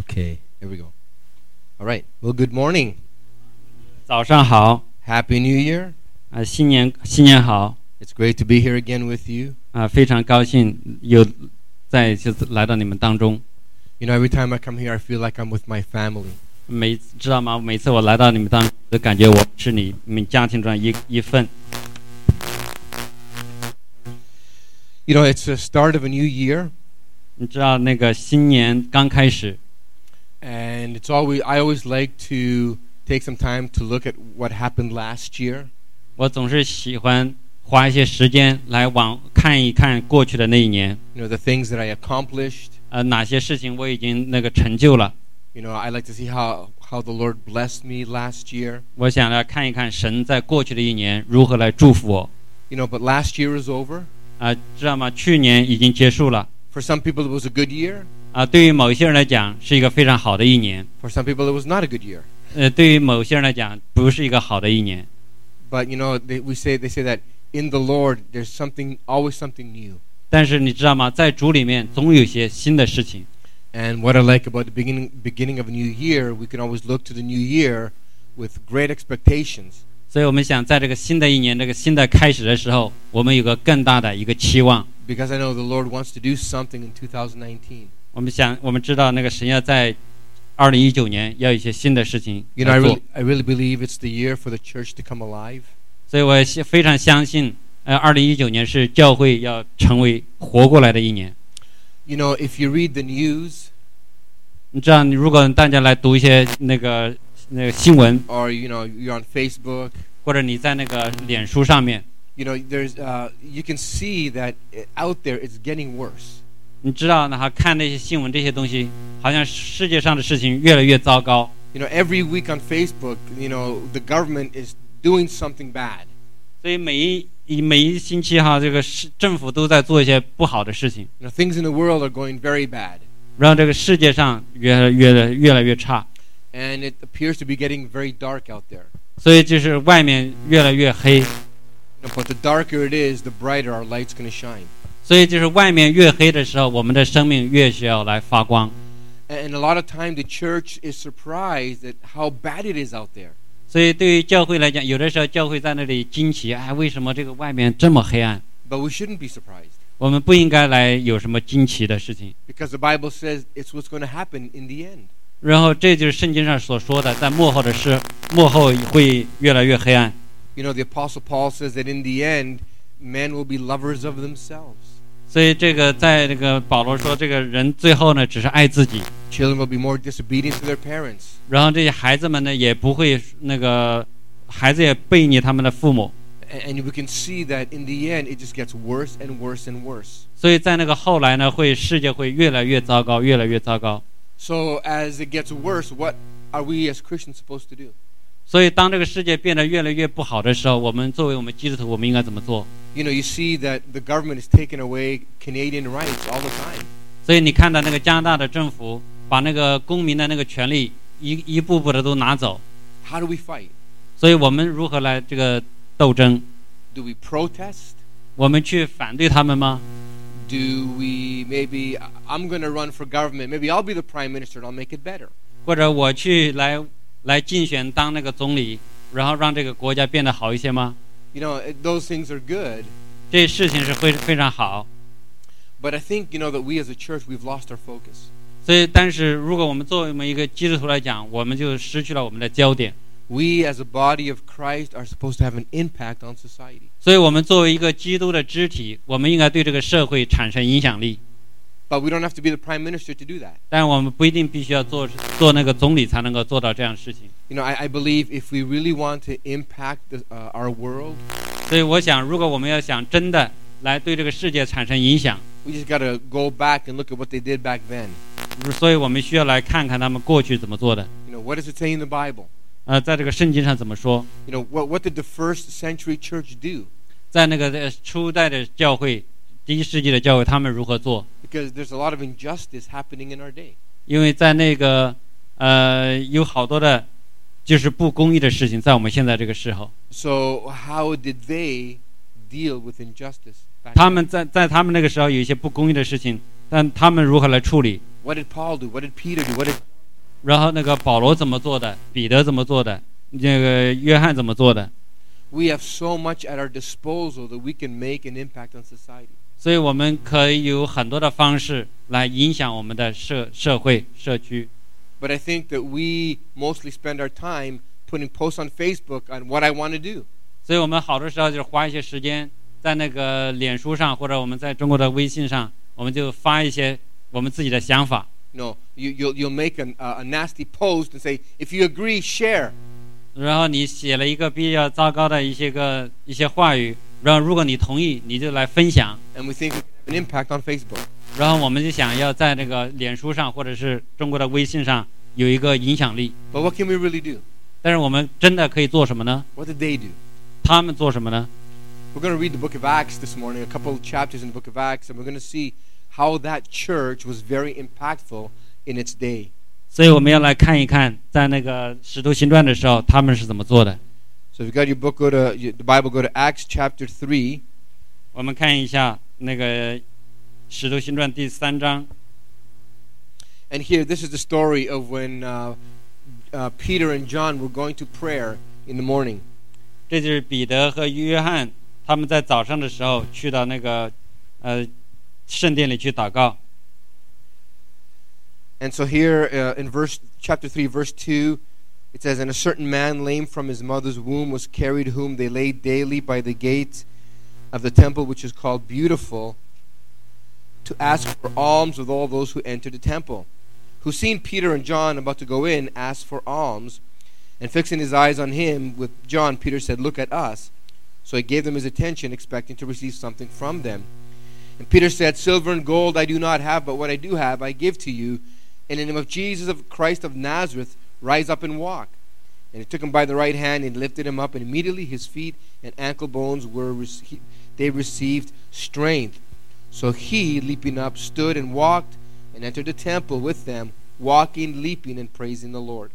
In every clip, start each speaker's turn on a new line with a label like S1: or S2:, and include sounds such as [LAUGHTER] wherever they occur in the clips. S1: Okay, here we go. All right. Well, good morning.
S2: 早上好
S1: Happy New Year.
S2: 啊，新年新年好
S1: It's great to be here again with you.
S2: 啊，非常高兴又再次来到你们当中。
S1: You know, every time I come here, I feel like I'm with my family.
S2: 每知道吗？每次我来到你们当中，都感觉我是你们家庭中一一份。
S1: You know, it's the start of a new year,
S2: 你知道那个新年刚开始，
S1: and it's always I always like to take some time to look at what happened last year
S2: 我总是喜欢花一些时间来往看一看过去的那一年，
S1: you know the things that I accomplished.
S2: 呃，哪些事情我已经那个成就了。
S1: You know, I like to see how how the Lord blessed me last year.
S2: 我想要看一看神在过去的一年如何来祝福我。
S1: You know, but last year is over.
S2: 啊，知道吗？去年已经结束了。
S1: For some people, it was a good year.
S2: 啊，对于某一些人来讲是一个非常好的一年，
S1: For some people, it was not a good year.
S2: 呃，对于某些人来讲不是一个好的一年。
S1: But you know, they, we say they say that in the Lord, there's something always something new.
S2: 但是你知道吗？在主里面总有一些新的事情。
S1: And what I like about the beginning beginning of a new year, we can always look to the new year with great expectations.
S2: 所以我们想在这个新的一年、这个新的开始的时候，我们有个更大的一个期望。
S1: Because I know the Lord wants to do something in 2019.
S2: 我们想，我们知道那个神要在二零一九年要有一些新的事情
S1: You know, I
S2: 来做
S1: really,，I really believe it's the year for the church to come alive.
S2: 所以我也是非常相信，呃，二零一九年是教会要成为活过来的一年。
S1: You know, if you read the news
S2: 你知道，如果大家来读一些那个那个新闻，
S1: or you know you're on Facebook,
S2: 或者你在那个脸书上面，
S1: you know there's uh, you can see that uh, out there it's getting worse.
S2: 你知道呢？哈，看那些新闻这些东西，好像世界上的事情越来越糟糕。
S1: You know, every week on Facebook, you know, the government is doing something bad.
S2: 所以每一一每一星期哈，这个是政府都在做一些不好的事情，
S1: You know, things in the world are going very bad,
S2: 让这个世界上越来越来越来越差。
S1: and it appears to be getting very dark out there.
S2: 所以就是外面越来越黑，
S1: You know, but the darker it is, the brighter our light's going to shine.
S2: 所以就是外面越黑的时候，我们的生命越需要来发光。
S1: And a lot of time, the church is surprised at how bad it is out there.
S2: 所以对于教会来讲，有的时候教会在那里惊奇，哎，为什么这个外面这么黑暗？
S1: But we shouldn't be surprised
S2: 我们不应该来有什么惊奇的事情。
S1: because the Bible says it's what's going to happen in the end.
S2: 然后这就是圣经上所说的，在幕后的事，幕后会越来越黑暗。
S1: You know, the Apostle Paul says that in the end, men will be lovers of themselves.
S2: 所以这个在这个保罗说，这个人最后呢只是爱自己，
S1: Children will be more disobedient to their parents.
S2: 然后这些孩子们呢也不会那个，孩子也背逆他们的父母。
S1: A- And we can see that in the end, it just gets worse and worse and worse.
S2: 所以在那个后来呢，会世界会越来越糟糕，越来越糟糕。
S1: So, as it gets worse, what are we as Christians supposed to do?
S2: 所以当这个世界变得越来越不好的时候，我们作为我们基督徒，我们应该怎么做？
S1: You know, you see that the government is taking away Canadian rights all the time.
S2: 所以你看到那个加拿大的政府把那个公民的那个权利一一步步的都拿走，
S1: How do we fight?
S2: 所以我们如何来这个斗争？
S1: Do we protest?
S2: 我们去反对他们吗？
S1: Do we maybe, I- I'm going to run for government, maybe I'll be the prime minister and I'll make it better?
S2: 或者我去来来竞选当那个总理，然后让这个国家变得好一些吗？
S1: You know, it- those things are good.
S2: 这事情是非非常好。
S1: But I think, you know, that we as a church, we've lost our focus.
S2: 所以，但是如果我们作为我们一个基督徒来讲，我们就失去了我们的焦点。
S1: We as a body of Christ are supposed to have an impact on society.
S2: 所以我们作为一个基督的肢体，我们应该对这个社会产生影响力。
S1: But we don't have to be the prime minister to do that.
S2: 但我们不一定必须要做做那个总理才能够做到这样的事情。
S1: You know, I, I believe if we really want to impact the, uh, our world,
S2: 所以，我想，如果我们要想真的来对这个世界产生影响，
S1: we just got to go back and look at what they did back then.
S2: 所以我们需要来看看他们过去怎么做的。
S1: You know, what does it say in the Bible?
S2: 呃，在这个圣经上怎么说？
S1: You know, what, what did the first century church do?
S2: 在那个呃初代的教会，第一世纪的教会，他们如何做？
S1: Because there's a lot of injustice happening in our day.
S2: 因为在那个呃，有好多的就是不公义的事情，在我们现在这个时候，
S1: So, how did they deal with injustice? Back
S2: 他们
S1: then?
S2: 在在他们那个时候有一些不公义的事情，但他们如何来处理？
S1: What did Paul do? What did Peter do? What did
S2: 然后那个保罗怎么做的，彼得怎么做的，那个约翰怎么做的，
S1: We have so much at our disposal that we can make an impact on society.
S2: 所以我们可以有很多的方式来影响我们的社社会社区。
S1: But I think that we mostly spend our time putting posts on Facebook on what I want to do.
S2: 所以我们好多时候就是花一些时间在那个脸书上，或者我们在中国的微信上，我们就发一些我们自己的想法。
S1: No, you, you'll, you'll make an, uh, a nasty post and say, if you agree, share.
S2: 然后你写了一个比较糟糕的一些个一些话语，然后如果你同意，你就来分享。
S1: And we think we can have an impact on Facebook.
S2: 然后我们就想要在那个脸书上或者是中国的微信上有一个影响力，
S1: But what can we really do?
S2: 但是我们真的可以做什么呢？
S1: What did they do?
S2: 他们做什么呢？
S1: We're going to read the book of Acts this morning, a couple of chapters in the book of Acts, and we're going to see how that church was very impactful in its day.
S2: 所以我们要来看一看，在那个使徒行传的时候，他们是怎么做的。
S1: So if you got your book, go to your- the Bible, go to Acts chapter 3.
S2: 我们看一下那个《使徒行传》第三章，
S1: And here, this is the story of when uh, uh, Peter and John were going to prayer in the morning.
S2: 这就是彼得和约翰他们在早上的时候去到那个呃圣殿里去祷告。
S1: And so here uh, in verse chapter 3 verse 2 it says and a certain man lame from his mother's womb was carried whom they laid daily by the gate of the temple which is called beautiful to ask for alms with all those who entered the temple who seeing Peter and John about to go in asked for alms and fixing his eyes on him with John Peter said look at us so he gave them his attention expecting to receive something from them and Peter said silver and gold I do not have but what I do have I give to you in the name of Jesus of Christ of Nazareth, rise up and walk. And he took him by the right hand and lifted him up, and immediately his feet and ankle bones were rece- they received strength. So he, leaping up, stood and walked, and entered the temple with them, walking, leaping, and praising the Lord.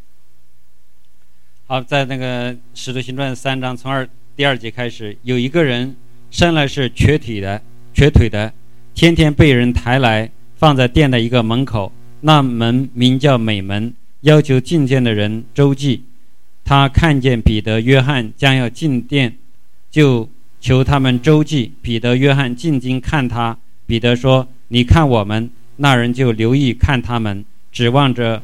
S2: 好，在那个《使徒行传》三章从二第二节开始，有一个人生来是瘸腿的，瘸腿的，天天被人抬来，放在店的一个门口，那门名叫美门，要求进店的人周济。他看见彼得、约翰将要进店，就求他们周济。彼得、约翰进京看他，彼得说：“你看我们。”那人就留意看他们，指望着，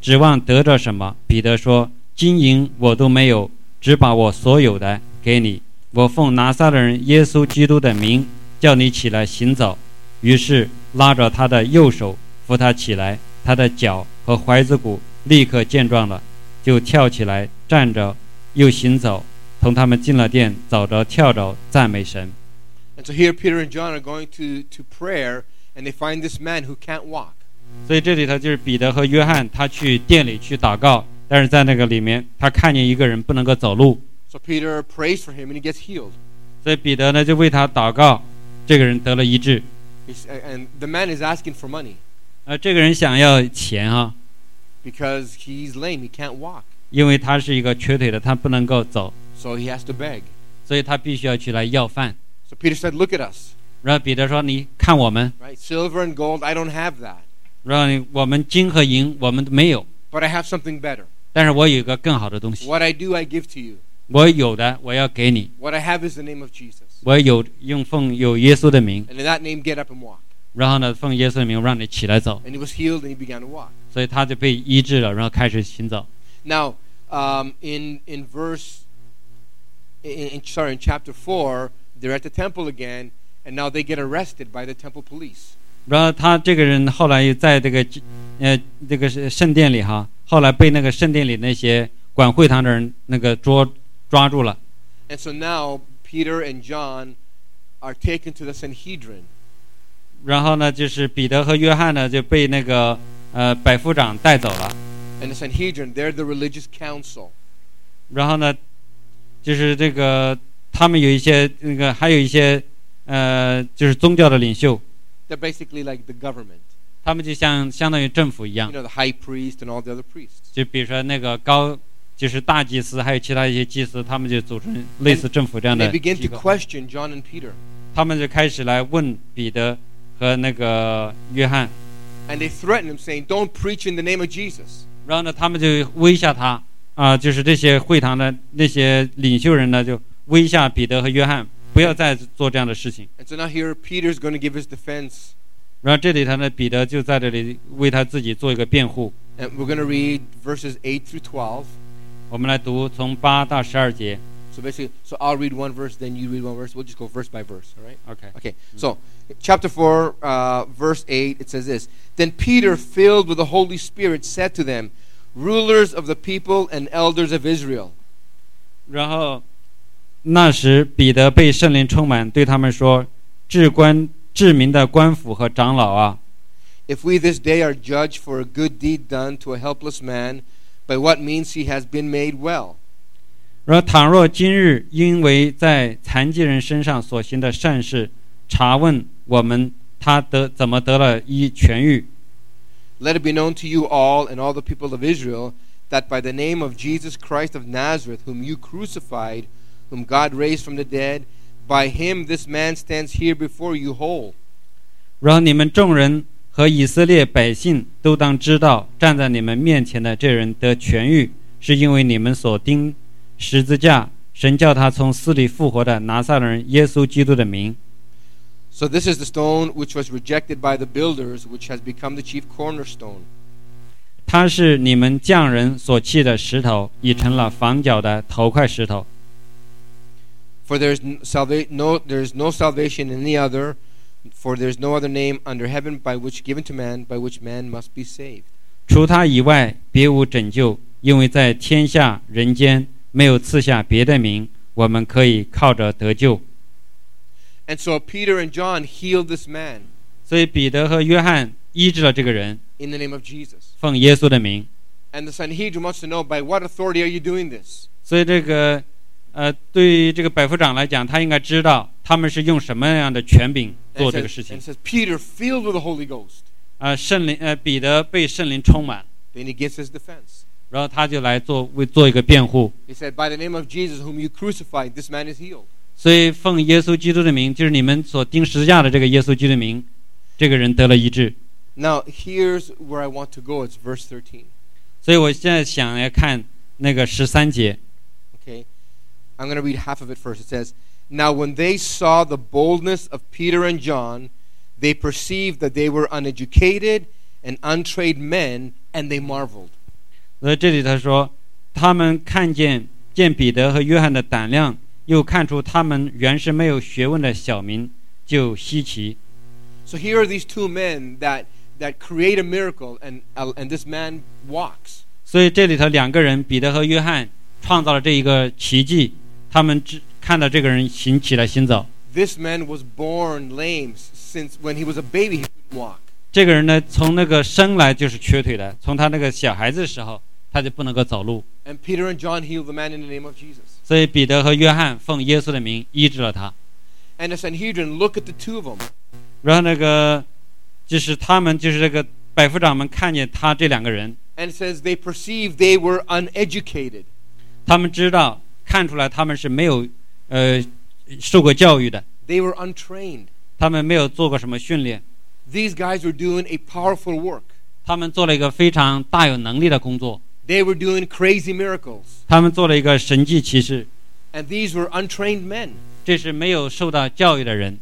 S2: 指望得着什么。彼得说：“金银我都没有，只把我所有的给你。我奉拿撒勒人耶稣基督的名，叫你起来行走。”于是拉着他的右手扶他起来，他的脚和踝子骨立刻健壮了，就跳起来站着，又行走，同他们进了殿，走着跳着赞美神。
S1: And so here Peter and John are going to, to prayer, and they find this man who can't walk.
S2: 所以这里头就是彼得和约翰，他去店里去祷告，但是在那个里面，他看见一个人不能够走路，
S1: So Peter prays for him, and he gets healed.
S2: 所以彼得呢就为他祷告，这个人得了医治。
S1: He's, and the man is asking for money
S2: 呃，这个人想要钱啊，
S1: because he's lame, he can't walk.
S2: 因为他是一个瘸腿的，他不能够走，
S1: So he has to beg.
S2: 所以他必须要去来要饭。
S1: So Peter said, Look at us.
S2: 然后彼得说：“你看我们，
S1: Right? Silver and gold, I don't have that.
S2: 然后你我们金和银我们没有，
S1: But I have something better.
S2: 但是我有一个更好的东西，
S1: What I do, I give to you.
S2: 我有的我要给你，
S1: What I have is the name of Jesus.
S2: 我有用奉有耶稣的名，
S1: And in that name, get up and walk.
S2: 然后呢奉耶稣的名让你起来走。”
S1: And he was healed and he began to walk.
S2: 所以他就被医治了，然后开始行走。
S1: Now, um, in, in verse, in, in, sorry, in chapter 4, they're at the temple again, and now they get arrested by the temple police.
S2: 然后他这个人后来又在这个，呃，这个是圣殿里哈，后来被那个圣殿里那些管会堂的人那个捉抓住了。
S1: And so now Peter and John are taken to the Sanhedrin.
S2: 然后呢，就是彼得和约翰呢就被那个呃百夫长带走了。
S1: And the Sanhedrin, they're the religious council.
S2: 然后呢，就是这个他们有一些那个还有一些呃就是宗教的领袖，
S1: They're basically like the government.
S2: 他们就像相当于政府一样
S1: you，know, the high priest and all the other priests.
S2: 就比如说那个高，就是大祭司，还有其他一些祭司，他们就组成类似政府这样
S1: And
S2: 的
S1: they begin
S2: 机
S1: to
S2: 构
S1: question John and Peter.
S2: 他们就开始来问彼得和那个约翰，
S1: And they threaten him, saying, Don't preach in the name of Jesus.
S2: 然后呢，他们就威吓他啊、就是这些会堂的那些领袖人呢，就威吓彼得和约翰，不要再做这样的事情。
S1: And so now here Peter's going to give his defense.
S2: 然后这里头呢，彼得就在这里为他自己做一个辩护。
S1: And we're going to read verses 8 through 12.
S2: 我们来读从八到十二节
S1: So basically, so I'll read one verse, then you read one verse. We'll just go verse by verse, all right?
S2: ，OK。
S1: Okay, so chapter 4, uh, verse 8, it says this Then Peter, filled with the Holy Spirit, said to them, Rulers of the people and elders of Israel.
S2: 然后那时彼得被圣灵充满，对他们说：“至官至民的官府和长老啊，
S1: If we this day are judged for a good deed done to a helpless man, by what means he has been made well?
S2: 若倘若今日因为在残疾人身上所行的善事，查问我们他得怎么得了医痊愈，
S1: Let it be known to you all and all the people of Israel that by the name of Jesus Christ of Nazareth, whom you crucified, whom God raised from the dead, by him this man stands here before you whole.
S2: 然后你们众人和以色列百姓都当知道，站在你们面前的这人得痊愈，是因为你们所钉十字架，神叫他从死里复活的拿撒勒人耶稣基督的名。
S1: So this is the stone which was rejected by the builders, which has become the chief cornerstone.
S2: 他是你们匠人所砌的石头，已成了房角的头块石头。
S1: For there is n- salva- no there is no salvation in any other, for there is no other name under heaven by which given to man by which man must be saved.
S2: 除他以外，别无拯救，因为在天下人间没有赐下别的名，我们可以靠着得救。
S1: And so Peter and John healed this man
S2: 所以彼得和约翰医治了这个人，
S1: in the name of Jesus.
S2: 奉耶稣的名。
S1: And the Sanhedrin wants to know by what authority are you doing this?
S2: 所以这个，呃，对于这个百夫长来讲，他应该知道他们是用什么样的权柄
S1: And
S2: 做
S1: it
S2: 这个
S1: says,
S2: 事
S1: and
S2: 情
S1: it。says Peter filled with the Holy Ghost.
S2: 呃，圣灵，呃，彼得被圣灵充满，
S1: Then he gives his defense.
S2: 然后他就来做为做一个辩护。
S1: He said, By the name of Jesus whom you crucified, this man is healed.
S2: 所以奉耶稣基督的名，就是你们所钉十字架的这个耶稣基督的名，这个人得了医治。
S1: Now here's where I want to go. It's verse thirteen.
S2: 所以我现在想来看那个十三节，
S1: Okay. I'm going to read half of it first. It says, Now when they saw the boldness of Peter and John, they perceived that they were uneducated and untrained men, and they marveled.
S2: 所以这里他说，他们看见见彼得和约翰的胆量，又看出他们原是没有学问的小民，就稀奇。
S1: So here are these two men that, that create a miracle, and, uh, and this man walks.
S2: 所以这里头两个人，彼得和约翰创造了这一个奇迹，他们只看到这个人行起来行走。
S1: This man was born lame s- since when he was a baby, he couldn't walk.
S2: 这个人呢，从那个生来就是瘸腿的，从他那个小孩子的时候，他就不能够走路。
S1: And Peter and John healed the man in the name of Jesus.
S2: 所以彼得和约翰奉耶稣的名医治了他。
S1: And the Sanhedrin look at the two of them.
S2: 然后那个就是他们就是这个百夫长们看见他这两个人，
S1: and it says they perceived they were uneducated.
S2: 他们知道看出来他们是没有呃受过教育的，
S1: They were untrained.
S2: 他们没有做过什么训练，
S1: These guys were doing a powerful work.
S2: 他们做了一个非常大有能力的工作，
S1: They were doing crazy miracles.
S2: 他们做了一个神迹奇事，
S1: And these were untrained men
S2: 这是没有受到教育的人。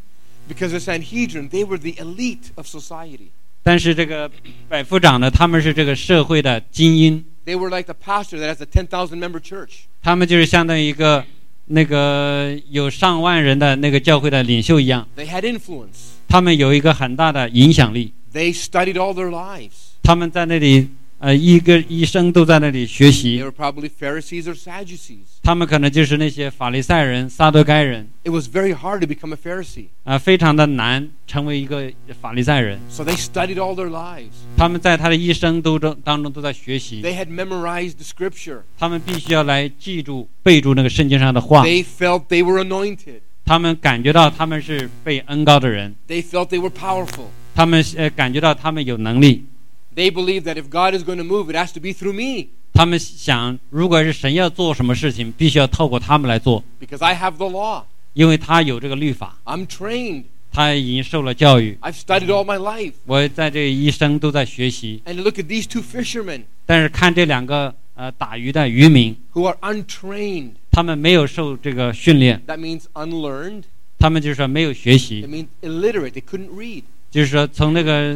S1: because the Sanhedrin, they were the elite of society.
S2: 但是这个百夫长呢，他们是这个社会的精英，
S1: They were like the pastor that has a 10,000 member church.
S2: 他们就是相当于一个那个有上万人的那个教会的领袖一样，
S1: They had influence.
S2: 他们有一个很大的影响力。
S1: They studied all their lives.
S2: 他们在那里，呃，一个一生都在那里学
S1: They
S2: 习。
S1: were probably Pharisees or Sadducees.
S2: 他们可能就是那些法利赛人、撒都该人
S1: It was very hard to become a Pharisee.
S2: 啊、非常的难成为一个法利赛人。
S1: So they studied all their lives.
S2: 他们在他的一生都中当中都在学习，
S1: They had memorized the scripture.
S2: 他们必须要来记住、背住那个圣经上的话。
S1: They felt they were anointed.
S2: 他们感觉到他们是被恩高的人，
S1: They felt they were powerful.
S2: 他们呃感觉到他们有能力，
S1: They believed that if God is going to move, it has to be through me
S2: 他们想，如果是神要做什么事情，必须要透过他们来做，
S1: because I have the law.
S2: 因为他有这个律法，
S1: I'm trained.
S2: 他已经受了教育，
S1: I've studied all my life.
S2: 我在这一生都在学习。
S1: And look at these two fishermen
S2: 但是看这两个呃打鱼的渔民，
S1: who are untrained.
S2: 他们没有受这个训练，
S1: That means unlearned.
S2: 他们就是说没有学习
S1: It，means illiterate. They couldn't read.
S2: 就是说从那个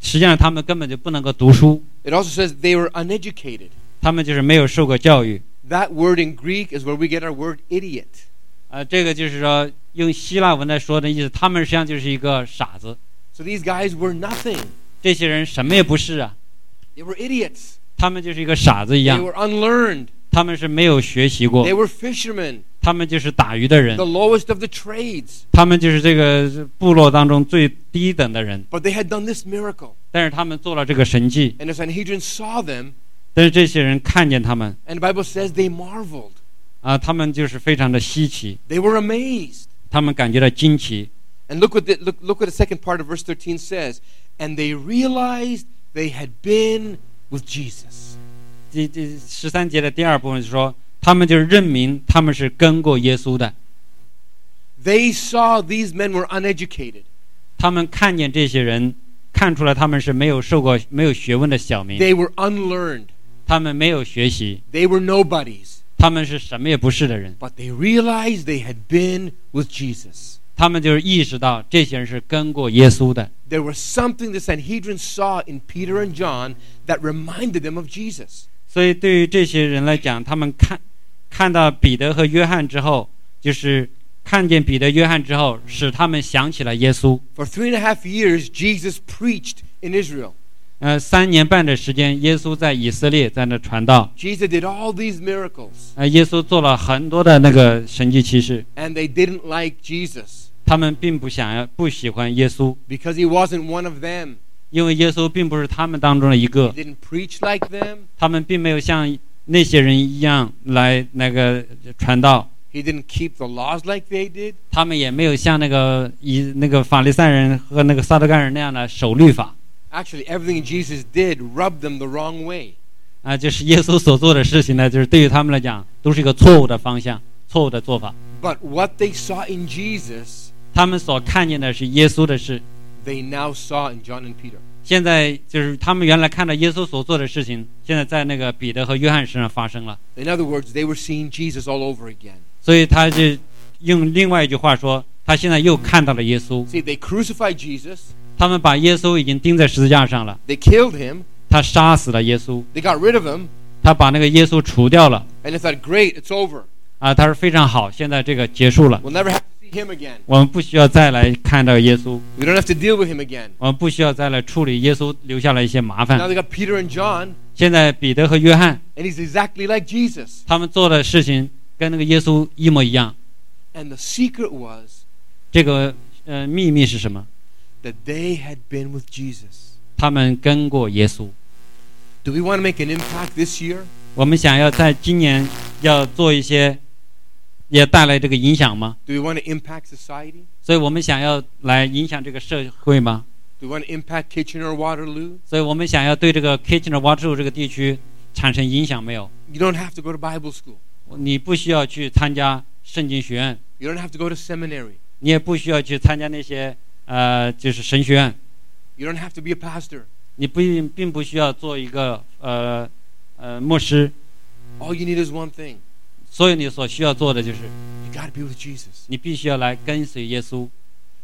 S2: 实际上他们根本就不能够读书，
S1: It also says they were uneducated.
S2: 他们就是没有受过教育。
S1: That word in Greek is where we get our word idiot.
S2: 呃，这个就是说用希腊文来说的意思，他们实际上就是一个傻子，
S1: So these guys were nothing.
S2: 这些人什么也不是啊，
S1: They were idiots.
S2: 他们就是一个傻子一
S1: They
S2: 样，
S1: were unlearned.
S2: 他们是没有学习过
S1: They，were fishermen,
S2: 他们就是打鱼的人
S1: the，lowest of the trades.
S2: 他们就是这个部落当中最低等的人，
S1: But they had done this miracle.
S2: 但是他们做了这个神迹，
S1: And the Sanhedrin saw them,
S2: 但是这些人看见他们
S1: and the Bible says they marveled.
S2: 啊，他们就是非常的稀奇，
S1: They were amazed.
S2: 他们感觉到惊奇。
S1: And look what the, look, look what the second part of verse 13 says. And they realized they had been with Jesus.
S2: 第第十三节的第二部分是说，他们就是认明他们是跟过耶稣的，
S1: They saw these men were uneducated.
S2: 他们看见这些人，看出来他们是没有受过没有学问的小民，
S1: They were unlearned.
S2: 他们没有学习，
S1: They were nobodies.
S2: 他们是什么也不是的人，
S1: But they realized they had been with Jesus.
S2: 他们就是意识到这些人是跟过耶稣的，
S1: There was something the Sanhedrin saw in Peter and John that reminded them of Jesus.
S2: 所以对于这些人来讲，他们看看到彼得和约翰之后，就是看见彼得、约翰之后，使他们想起了耶稣。
S1: For three and a half years, Jesus preached in Israel.
S2: 呃，三年半的时间，耶稣在以色列在那传道，
S1: Jesus did all these miracles,
S2: 呃，耶稣做了很多的那个神迹奇事，
S1: and they didn't like Jesus
S2: 他们并不想要不喜欢耶稣，
S1: because he wasn't one of them.
S2: 因为耶稣并不是他们当中的一个
S1: He，didn't preach like them,
S2: 他们并没有像那些人一样来那个传道，
S1: he didn't keep the laws like they did.
S2: 他们也没有像那个以那个法利赛人和那个撒德干人那样的守律法
S1: Actually, everything Jesus did rubbed them the wrong way.
S2: 啊、就是耶稣所做的事情呢，就是对于他们来讲都是一个错误的方向、错误的做法。
S1: But what they saw in Jesus,
S2: 他们所看见的是耶稣的事，
S1: they now saw in John and Peter.
S2: 现在就是他们原来看到耶稣所做的事情，现在在那个彼得和约翰身上发生了。
S1: In other words, they were seeing Jesus all over again.
S2: 所以他就用另外一句话说，他现在又看到了耶稣。
S1: See, they crucified Jesus,
S2: 他们把耶稣已经钉在十字架上了，
S1: they killed him,
S2: 他杀死了耶稣，
S1: they got rid of him,
S2: 他把那个耶稣除掉了
S1: and they thought, great, it's over.
S2: 啊！他说非常好，现在这个结束了，
S1: We'll never have to see him again.
S2: 我们不需要再来看到耶稣，
S1: We don't have to deal with him again.
S2: 我们不需要再来处理耶稣留下来一些麻
S1: Now
S2: 烦。
S1: they got Peter and John,
S2: 现在彼得和约翰
S1: and he's exactly like Jesus.
S2: 他们做的事情跟那个耶稣一模一样。
S1: And the secret was
S2: 这个呃秘密是什么？
S1: that they had been with Jesus.
S2: 他们跟过耶稣。
S1: Do we want to make an impact this year?
S2: 我们想要在今年要做一些，也带来这个影响吗？
S1: Do we want to impact society?
S2: 所以我们想要来影响这个社会吗？
S1: Do we want to impact Kitchener Waterloo?
S2: 所以我们想要对这个 Kitchener Waterloo 这个地区产生影响没有？
S1: You don't have to go to Bible school.
S2: 你不需要去参加圣经学院，
S1: You don't have to go to seminary.
S2: 你也不需要去参加那些呃，就是神学院，
S1: You don't have to be a pastor.
S2: 你不一并不需要做一个呃呃牧师，
S1: All you need is one thing.
S2: 所有你所需要做的就是
S1: You got to be with Jesus.
S2: 你必须要来跟随耶稣，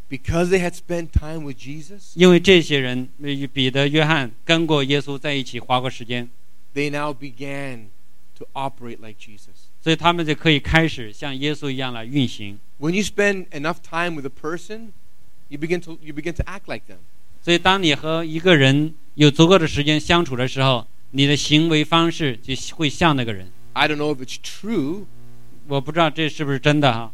S1: Because they had spent time with Jesus,
S2: 因为这些人，呃彼得、约翰跟过耶稣在一起花过时间，
S1: they now began to operate like Jesus.
S2: 所以他们就可以开始像耶稣一样来运行。
S1: When you spend enough time with a person, you begin to you begin to act like them.
S2: 所以，当你和一个人有足够的时间相处的时候，你的行为方式就会像那个人。
S1: I don't know if it's true,
S2: 我不知道这是不是真的哈，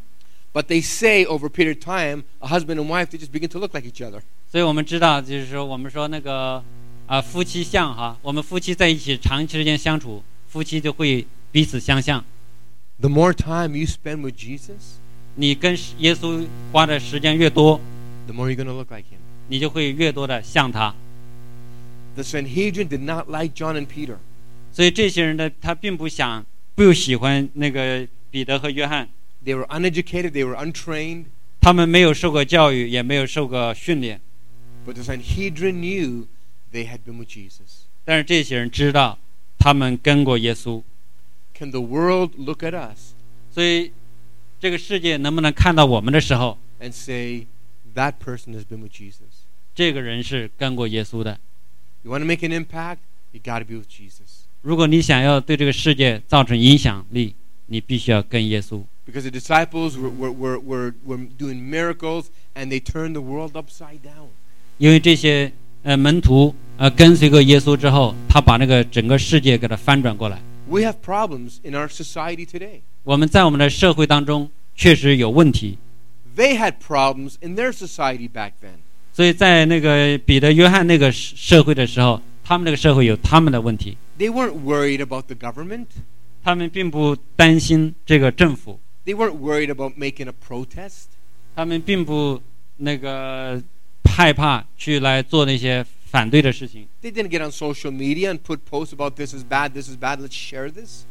S1: but they say over a period of time, a husband and wife they just begin to look like each other.
S2: 所以我们知道，就是说我们说那个啊夫妻相哈，我们夫妻在一起长期时间相处，夫妻就会彼此相像。
S1: The more time you spend with Jesus,
S2: 你跟耶稣花的时间越多，
S1: the more you're going to look like him.
S2: 你就会越多的像他。
S1: The Sanhedrin did not like John and Peter.
S2: 所以这些人呢，他并不想不喜欢那个彼得和约翰，
S1: They were uneducated, they were untrained,
S2: 他他们没有受过教育，也没有受过训练，
S1: But the Sanhedrin knew they had been with Jesus.
S2: 但是这些人知道他们跟过耶稣，
S1: Can the world look at us
S2: 所以这个世界能不能看到我们的时候，
S1: and say, that person has been with Jesus?
S2: 这个人是跟过耶稣的。
S1: You want to make an impact? You got to be with Jesus.
S2: 如果你想要对这个世界造成影响力，你必须要跟耶稣。
S1: Because the disciples were, were, were, were, were doing miracles and they turned the world upside down.
S2: 因为这些呃门徒呃跟随过耶稣之后，他把那个整个世界给他翻转过来。
S1: We have problems in our society today.
S2: 我们在我们的社会当中确实有问题，
S1: They had problems in their society back then.
S2: 所以在那个彼得、约翰那个社社会的时候，他们那个社会有他们的问题，
S1: They weren't worried about the government,
S2: 他们并不担心这个政府，
S1: they weren't worried about making a protest.
S2: 他们并不那个害怕去来做那些反对的事情，
S1: They didn't get on social media and put posts about this is bad, this is bad, let's share this.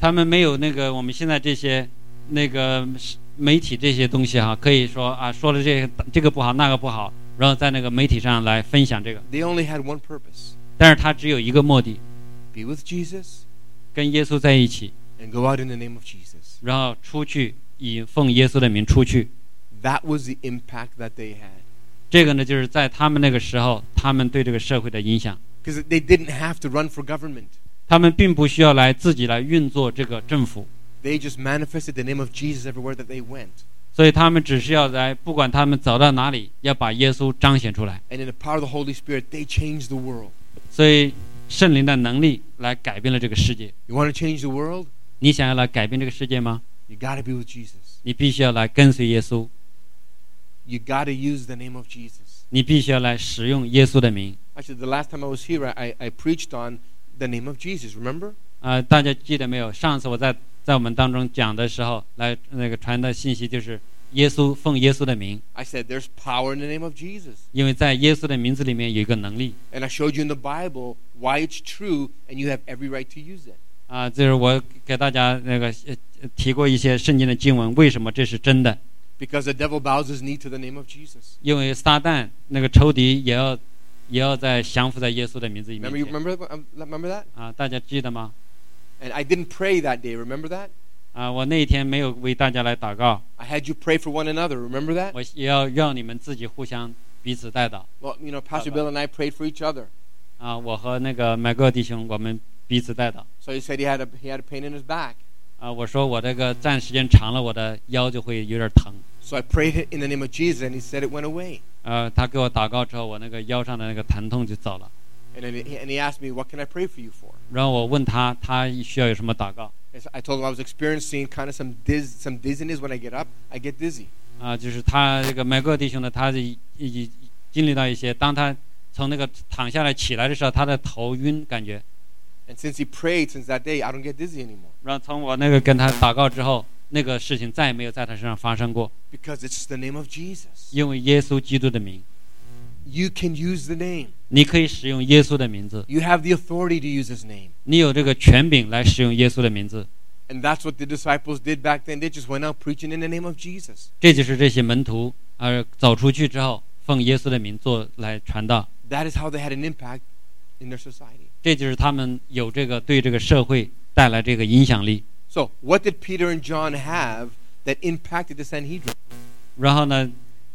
S2: 他们没有那个我们现在这些那个媒体这些东西哈，可以说啊说了这个这个不好那个不好，然后在那个媒体上来分享这个，
S1: They only had one purpose
S2: 但是他只有一个目的，
S1: be with Jesus
S2: 跟耶稣在一起，
S1: and go out in the name of Jesus.
S2: 然后出去以奉耶稣的名出去。
S1: That was the impact that they had.
S2: 这个呢，就是在他们那个时候，他们对这个社会的影响，
S1: Because they didn't have to run for government,
S2: 他们并不需要来自己来运作这个政府，
S1: they just manifested the name of Jesus everywhere that they went.
S2: 所以他们只是要来，不管他们走到哪里，要把耶稣彰显出来。
S1: And in the power of the Holy Spirit, they changed the world.
S2: 所以圣灵的能力来改变了这个世界。
S1: You want to change the world?
S2: 你想要来改变这个世界吗？
S1: You got to be with Jesus.
S2: 你必须要来跟随耶稣，
S1: You got to use the name of Jesus.
S2: 你必须要来使用耶稣的名。
S1: Actually, the last time I was here, I, I preached on the name of Jesus, remember?
S2: 啊、大家记得没有？上次我在在我们当中讲的时候，来那个传的信息就是耶稣奉耶稣的名，
S1: I said, there's power in the name of Jesus.
S2: 因为在耶稣的名字里面有一个能力
S1: And I showed you in the Bible why it's true, and you have every right to use it.
S2: 啊、这就是我给大家那个呃呃提过一些圣经的经文，为什么这是真的？
S1: Because the devil bows his knee to the name of Jesus.
S2: 因为撒旦那个仇敌也要也要在降服在耶稣的名字里面
S1: Remember, you remember, that- um, remember that?
S2: 啊、大家记得吗？
S1: And I didn't pray that day. Remember that?
S2: 啊、我那一天没有为大家来祷告，
S1: I had you pray for one another. Remember that?
S2: 我也要让你们自己互相彼此带祷
S1: Well, you know, Pastor
S2: Bye-bye.
S1: Bill and I prayed for each other.
S2: 啊、我和那个麦哥弟兄，我们彼此带祷啊、
S1: So he said he had a he had a pain in his back.
S2: 我说我这个站时间长了，我的腰就会有点疼。
S1: So I prayed it in the name of Jesus, and he said it went away.
S2: 呃，他给我祷告之后，我那个腰上的那个疼痛就走了。
S1: And then he, and he asked me, "What can I pray for you for?"
S2: 然后我问他，他需要有什么祷告？
S1: And so I told him I was experiencing kind of some diz, some dizziness when I get up. I get dizzy.
S2: 啊、就是他这个麦克弟兄呢，他已已经历到一些，当他从那个躺下来起来的时候，他的头晕感觉。
S1: And since he prayed since that day, I don't get dizzy anymore
S2: 然后从我那个跟他祷告之后，那个事情再也没有在他身上发生过，
S1: because it's the name of Jesus.
S2: 因为耶稣基督的名，
S1: You can use the name.
S2: 你可以使用耶稣的名字，
S1: You have the authority to use his name.
S2: 你有这个权柄来使用耶稣的名字。
S1: And that's what the disciples did back then. They just went out preaching in the name of Jesus.
S2: 这就是这些门徒呃走出去之后，奉耶稣的名做来传道。
S1: That is how they had an impact in their society.
S2: 这就是他们有这个对这个社会带来这个影响力。
S1: So, what did Peter and John have that impacted the Sanhedrin?
S2: 然后呢，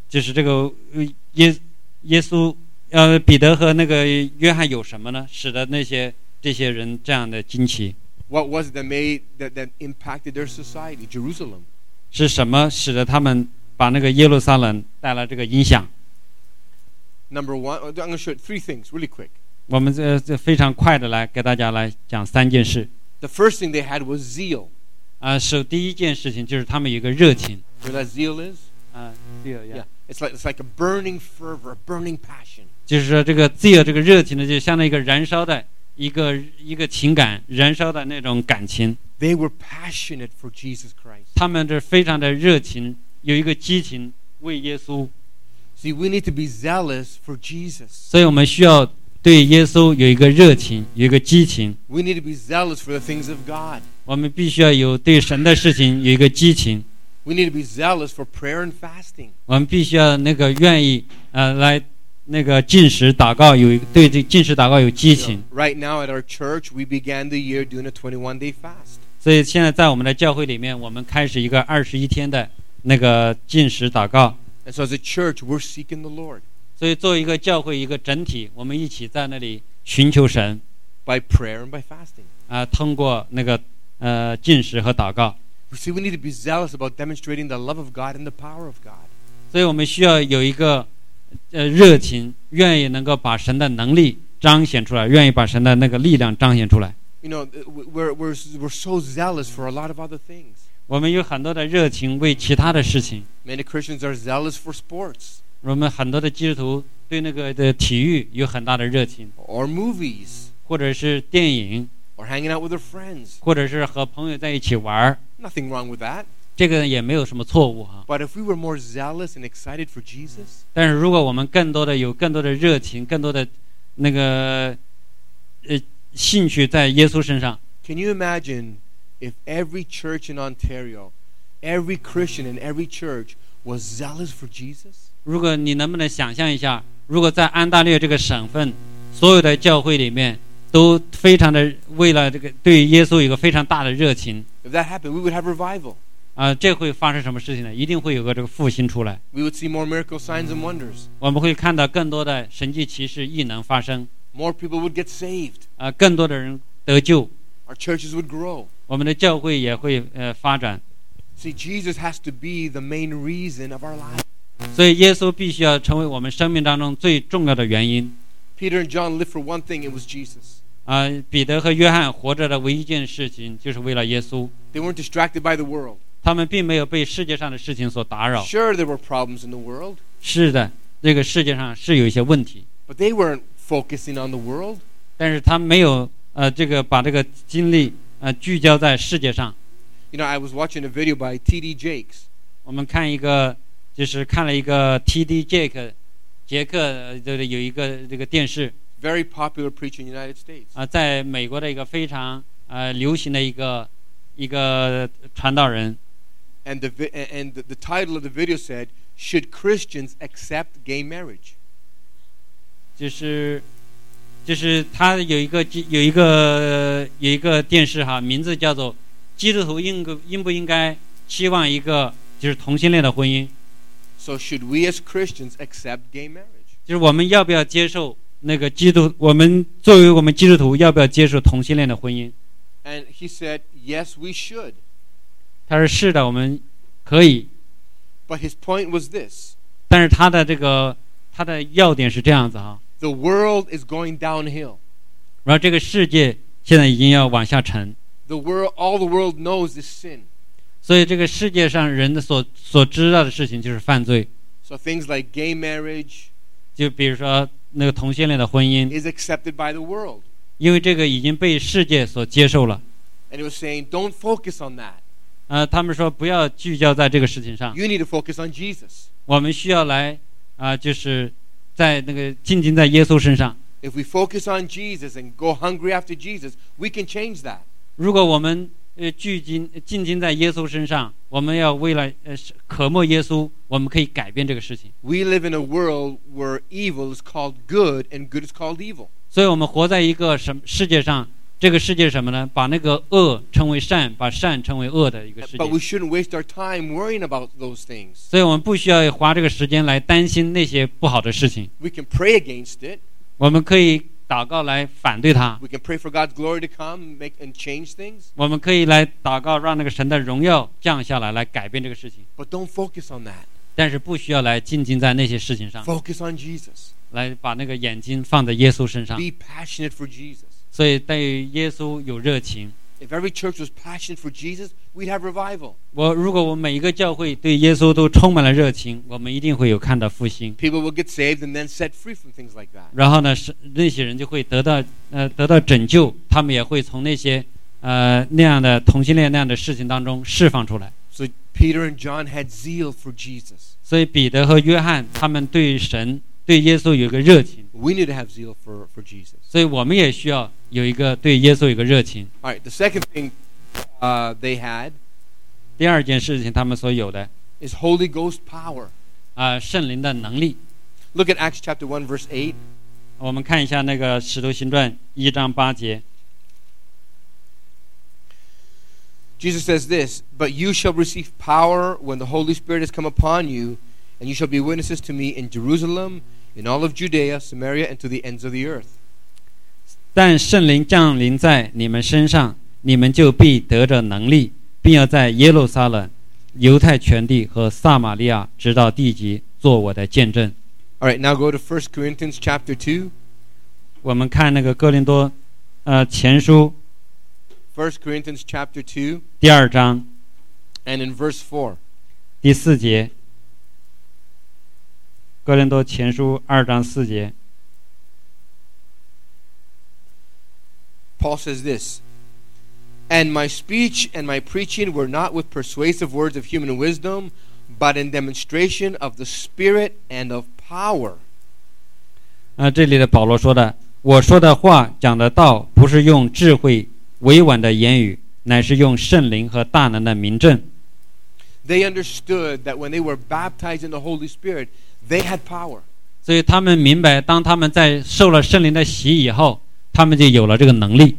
S2: 就是这个呃耶耶稣呃彼得和那个约翰有什么呢？使得那些这些人这样的惊奇，
S1: What was it that made that, that impacted their society, Jerusalem?
S2: 是什么使得他们把那个耶路撒冷带来这个影响？
S1: Number one, I'm going to show you three things really quick.
S2: 我们这这非常快的来给大家来讲三件事
S1: The first thing they had was zeal.
S2: 啊、首第一件事情就是他们有一个热情
S1: You know what zeal is?
S2: 啊、
S1: It's like it's like a burning fervor, a burning passion.
S2: 就是说这个自由这个热情呢，就相当于一个燃烧的一个一个情感燃烧的那种感情。
S1: They were passionate for Jesus Christ.
S2: 他们这非常的热情，有一个激情为耶稣，
S1: See, we need to be zealous for Jesus.
S2: 所以我们需要对耶稣有一个热情，有一个激情。
S1: We need to be zealous for the things of God.
S2: 我们必须要有对神的事情有一个激情。
S1: We need to be zealous for prayer and fasting.
S2: 我们必须要那个愿意呃来那个进食祷告有一对这进食祷告有激
S1: You
S2: 情
S1: know,。right now at our church, we began the year doing a 21 day fast.
S2: 所以现在在我们的教会里面，我们开始一个二十一天的那个进食祷告。
S1: And so as a church, we're seeking the Lord
S2: 所以作为一个教会一个整体，我们一起在那里寻求神
S1: by prayer and by fasting.
S2: 啊、通过那个呃进食和祷告。
S1: You see, we need to be zealous about demonstrating the love of God and the power of God.
S2: 所以我们需要有一个呃热情，愿意能够把神的能力彰显出来，愿意把神的那个力量彰显出来。
S1: You know, th- we're, we're, we're so zealous for a lot of other things.
S2: 我们有很多的热情为其他的事情，
S1: Many Christians are zealous for sports
S2: 我们很多的基督徒对那个的体育有很大的热情，
S1: or movies
S2: 或者是电影，
S1: or hanging out with their friends.
S2: 或者是和朋友在一起玩儿，
S1: Nothing wrong with that.
S2: 这个也没有什么错误哈、
S1: But if we were more zealous and excited for Jesus,
S2: 但是如果我们更多的有更多的热情，更多的那个呃兴趣在耶稣身上，
S1: Can you imagine if every church in Ontario, every Christian in every church was zealous for Jesus?
S2: 如果你能不能想象一下，如果在安大略这个省份，所有的教会里面都非常的为了这个对耶稣有一个非常大的热情
S1: If that happened, we would have revival.
S2: 啊、这会发生什么事情呢？一定会有个这个复兴出来，
S1: We would see more miracle signs and wonders.
S2: 我们会看到更多的神迹奇事异能发生
S1: More people would get saved.
S2: 啊、更多的人得救，
S1: Our churches would grow.
S2: 我们的教会也会呃发展。
S1: See, Jesus has to be the main reason of our lives.
S2: 所以，耶稣必须要成为我们生命当中最重要的原因
S1: Peter and John lived for one thing, it was Jesus.
S2: 啊、彼得和约翰活着的唯一一件事情，就是为了耶稣，
S1: They weren't distracted by the world.
S2: 他们并没有被世界上的事情所打扰。
S1: Sure, there were problems in the world,
S2: 是的，这个世界上是有一些问题，
S1: but they weren't focusing on the world.
S2: 但是他没有呃，这个把这个精力呃聚焦在世界上。
S1: You know, I was watching a video by T.D. Jakes.
S2: 我们看一个，就是看了一个 T.D. Jake 杰克呃这个有一个这个电视
S1: very popular preacher in the United States.
S2: 啊、在美国的一个非常呃流行的一个一个传道人，
S1: And the vi- and the, the title of the video said, "Should Christians accept gay marriage?"
S2: 就是就是他有一个有一个有一个电视哈，名字叫做《基督徒应不应不应该期望一个就是同性恋的婚姻》。
S1: So should we as Christians accept gay marriage?
S2: 就是我们要不要接受那个基督？我们作为我们基督徒，要不要接受同性恋的婚姻？
S1: And he said, "Yes, we should."
S2: 他说是的，我们可以。
S1: But his point was this:
S2: 但是他的这个他的要点是这样子啊，
S1: the world is going downhill.
S2: 然后这个世界现在已经要往下沉，
S1: The world, all the world knows is sin.
S2: 所以这个世界上人的所所知道的事情就是犯罪，
S1: So things like gay marriage
S2: 就比如说那个同性恋的婚姻，
S1: is accepted by the world.
S2: 因为这个已经被世界所接受了。
S1: And he was saying, "Don't focus on that.
S2: 呃，他们说不要聚焦在这个事情上，
S1: You need to focus on Jesus.
S2: 我们需要来啊、就是在那个静静在耶稣身上。
S1: If we focus on Jesus and go hungry after Jesus, we can change that."
S2: 如果我们呃聚精静精在耶稣身上，我们要为了呃是渴慕耶稣，我们可以改变这个事情。
S1: We live in a world where evil is called good and good is called evil.
S2: 所以，我们活在一个什么世界上？这个世界是什么呢？把那个恶称为善，把善称为恶的一个世界
S1: But。we shouldn't waste our time worrying about those things.
S2: 所以我们不需要花这个时间来担心那些不好的事情。
S1: We can pray against it.
S2: 我们可以祷告来反对它，
S1: We can pray for God's glory to come make, and change things.
S2: 我们可以来祷告，让那个神的荣耀降下来，来改变这个事情。
S1: But don't focus on that.
S2: 但是不需要来静静在那些事情上，
S1: Focus on Jesus.
S2: 来把那个眼睛放在耶稣身上。
S1: Be passionate for Jesus.
S2: 所以对耶稣有热情。
S1: If every church was passionate for Jesus, we'd have revival.
S2: 我如果我每一个教会对耶稣都充满了热情，我们一定会有看到复兴。
S1: People will get saved and then set free from things like that.
S2: 然后呢，是那些人就会得到呃得到拯救，他们也会从那些呃那样的同性恋那样的事情当中释放出来。
S1: So Peter and John had zeal for Jesus.
S2: 所以彼得和约翰他们对神对耶稣有一个热情，
S1: We need to have zeal for, for Jesus.
S2: 所以我们也需要有一个对耶稣有一个热情。
S1: All right, the second thing uh, they had
S2: 第二件事情，他们所有的
S1: is Holy Ghost power.
S2: 啊、圣灵的能力。
S1: Look at Acts chapter 1 verse 8.
S2: 我们看一下那个《使徒行传》一章八节，
S1: Jesus says this, "But you shall receive power when the Holy Spirit has come upon you, and you shall be witnesses to me in Jerusalem, in all of Judea, Samaria, and to the ends of the earth."
S2: 但圣灵降临在你们身上，你们就必得着能力，并要在耶路撒冷、犹太全地和撒玛利亚直到地极做我的见证。
S1: All right, now go to 1 Corinthians chapter 2.
S2: 我们看那个哥林多，呃，前书
S1: 1 Corinthians chapter 2
S2: 第二章
S1: and in verse 4.
S2: 第四节，哥林多前书二章四节，
S1: Paul says this And my speech and my preaching were not with persuasive words of human wisdom, but in demonstration of the Spirit and of power.
S2: 啊，这里的保罗说的：“我说的话讲的道，不是用智慧委婉的言语，乃是用圣灵和大能的明证。
S1: They understood that when they were baptized in the Holy Spirit, they had power. ”
S2: 所以他们明白，当他们在受了圣灵的洗以后，他们就有了这个能力。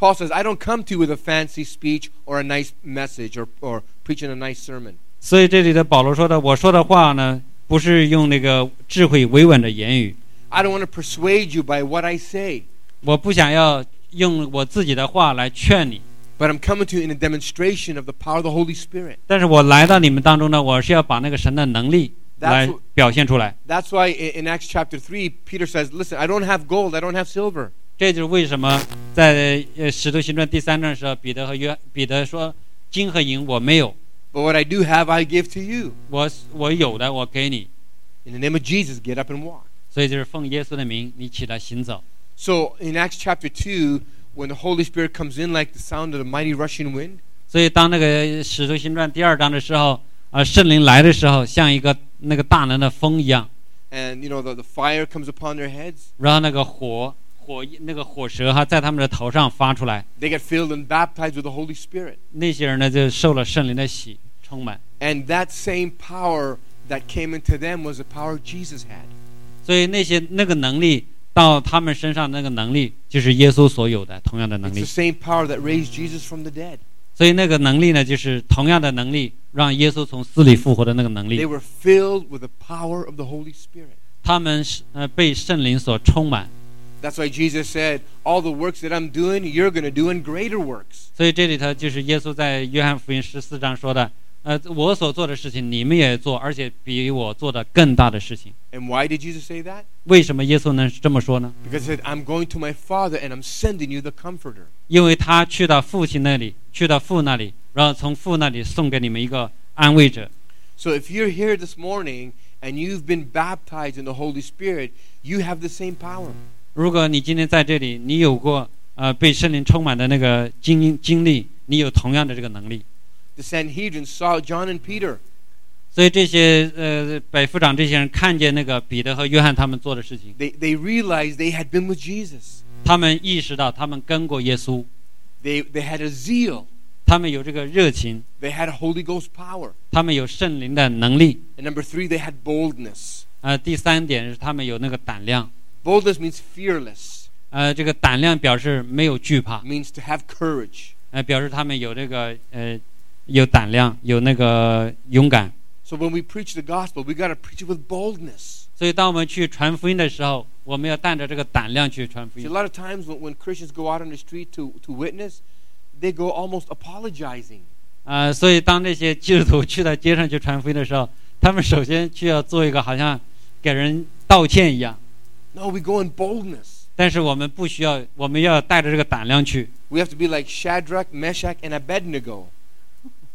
S1: Paul says, I don't come to you with a fancy speech or a nice message or, or preaching a nice sermon.
S2: 所以这里的保罗说的：“我说的话呢，不是用那个智慧委婉的言语，
S1: I don't want to persuade you by what I say,
S2: 我不想要用我自己的话来劝你，
S1: but I'm coming to you in a demonstration of the power of the Holy Spirit.
S2: 但是我来到你们当中呢，我是要把那个神的能力来
S1: That's, wh-
S2: 表现出来。
S1: that's why i- in Acts chapter 3, Peter says, Listen, I don't have gold, I don't have silver.
S2: 这就是为什么在呃《使徒行传》第三章的时候，彼得和约彼得说：“金和银我没有，
S1: But what I do have, I give to you.
S2: 我我有的我给你。
S1: In the name of Jesus, get up and walk. ”
S2: 所以就是奉耶稣的名，你起来行走。
S1: So in Acts chapter 2, when the Holy Spirit comes in like the sound of the mighty rushing wind,
S2: 所以当那个《使徒行传》第二章的时候，啊，圣灵来的时候，像一个那个大能的风一样，
S1: and you know the, the fire comes upon their heads,
S2: 然后那个火火那个火舌哈在他们的头上发出来，
S1: they get filled and baptized with the Holy Spirit.
S2: 那些人呢就受了圣灵的洗充满。
S1: And that same power that came into them was the power Jesus had.
S2: 所以那些那个能力到他们身上，那个能力就是耶稣所有的同样的能
S1: It's
S2: 力
S1: the。same power that raised Jesus from the dead.
S2: 所以那个能力呢，就是同样的能力，让耶稣从死里复活的那个能
S1: They
S2: 力。
S1: were filled with the power of the Holy Spirit.
S2: 他们是呃被圣灵所充满，
S1: That's why Jesus said, All the works that I'm doing, you're going to do in greater works.
S2: 所以这里头就是耶稣在约翰福音十四章说的：“呃，我所做的事情你们也做，而且比我做的更大的事情。
S1: And why did Jesus say that? ”
S2: 为什么耶稣能这么说呢？
S1: Because he said, I'm going to my Father and I'm sending you the Comforter.
S2: 因为他去到父亲那里，去到父那里，然后从父那里送给你们一个安慰者。
S1: So if you're here this morning and you've been baptized in the Holy Spirit, you have the same power.
S2: 如果你今天在这里，你有过呃被圣灵充满的那个经经历，你有同样的这个能力。
S1: The Sanhedrin saw John and Peter.
S2: 所以这些呃百夫长这些人看见那个彼得和约翰他们做的事情，
S1: They, they realized they had been with Jesus.
S2: 他们意识到他们跟过耶稣，
S1: They, they had a zeal.
S2: 他们有这个热情，
S1: They had Holy Ghost power.
S2: 他们有圣灵的能力。
S1: And number three, they had boldness.
S2: 呃，第三点是他们有那个胆量，
S1: Boldness means fearless,
S2: 呃，这个胆量表示没有惧怕，
S1: means to have courage.
S2: 呃，表示他们有这个呃有胆量，有那个勇敢。
S1: So when we preach the gospel, we got to preach it with boldness.
S2: 所以当我们去传福音的时候，我们要带着这个胆量去传福
S1: See,
S2: 音
S1: a。lot of times when, when Christians go out on the street to, to witness, they go almost apologizing.
S2: 呃，所以当这些基督徒去到街上去传福音的时候，他们首先就要做一个好像给人道歉一样。
S1: No, we go in boldness.
S2: 但是我们不需要，我们要带着这个胆量去。
S1: We have to be like Shadrach, Meshach, and Abednego.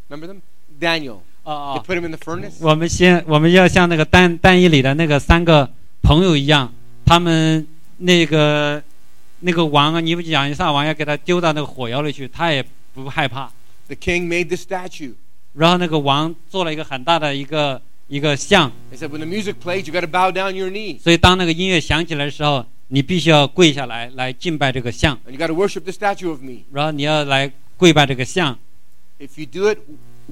S1: Remember them? Daniel.
S2: 哦
S1: They
S2: 哦，
S1: put him in the furnace.
S2: 我们先，我们要像那个单单一里的那个三个朋友一样，他们那个那个王啊，尼布甲尼撒王要给他丢到那个火窑里去，他也不害怕。
S1: The king made the statue.
S2: 然后那个王做了一个很大的一个一个像，
S1: They said, when the music plays, you got to bow down your knees
S2: 所以当那个音乐响起来的时候，你必须要跪下来来敬拜这个像。
S1: and you got to worship the statue of me.
S2: 然后你要来跪拜这个像，
S1: If you do it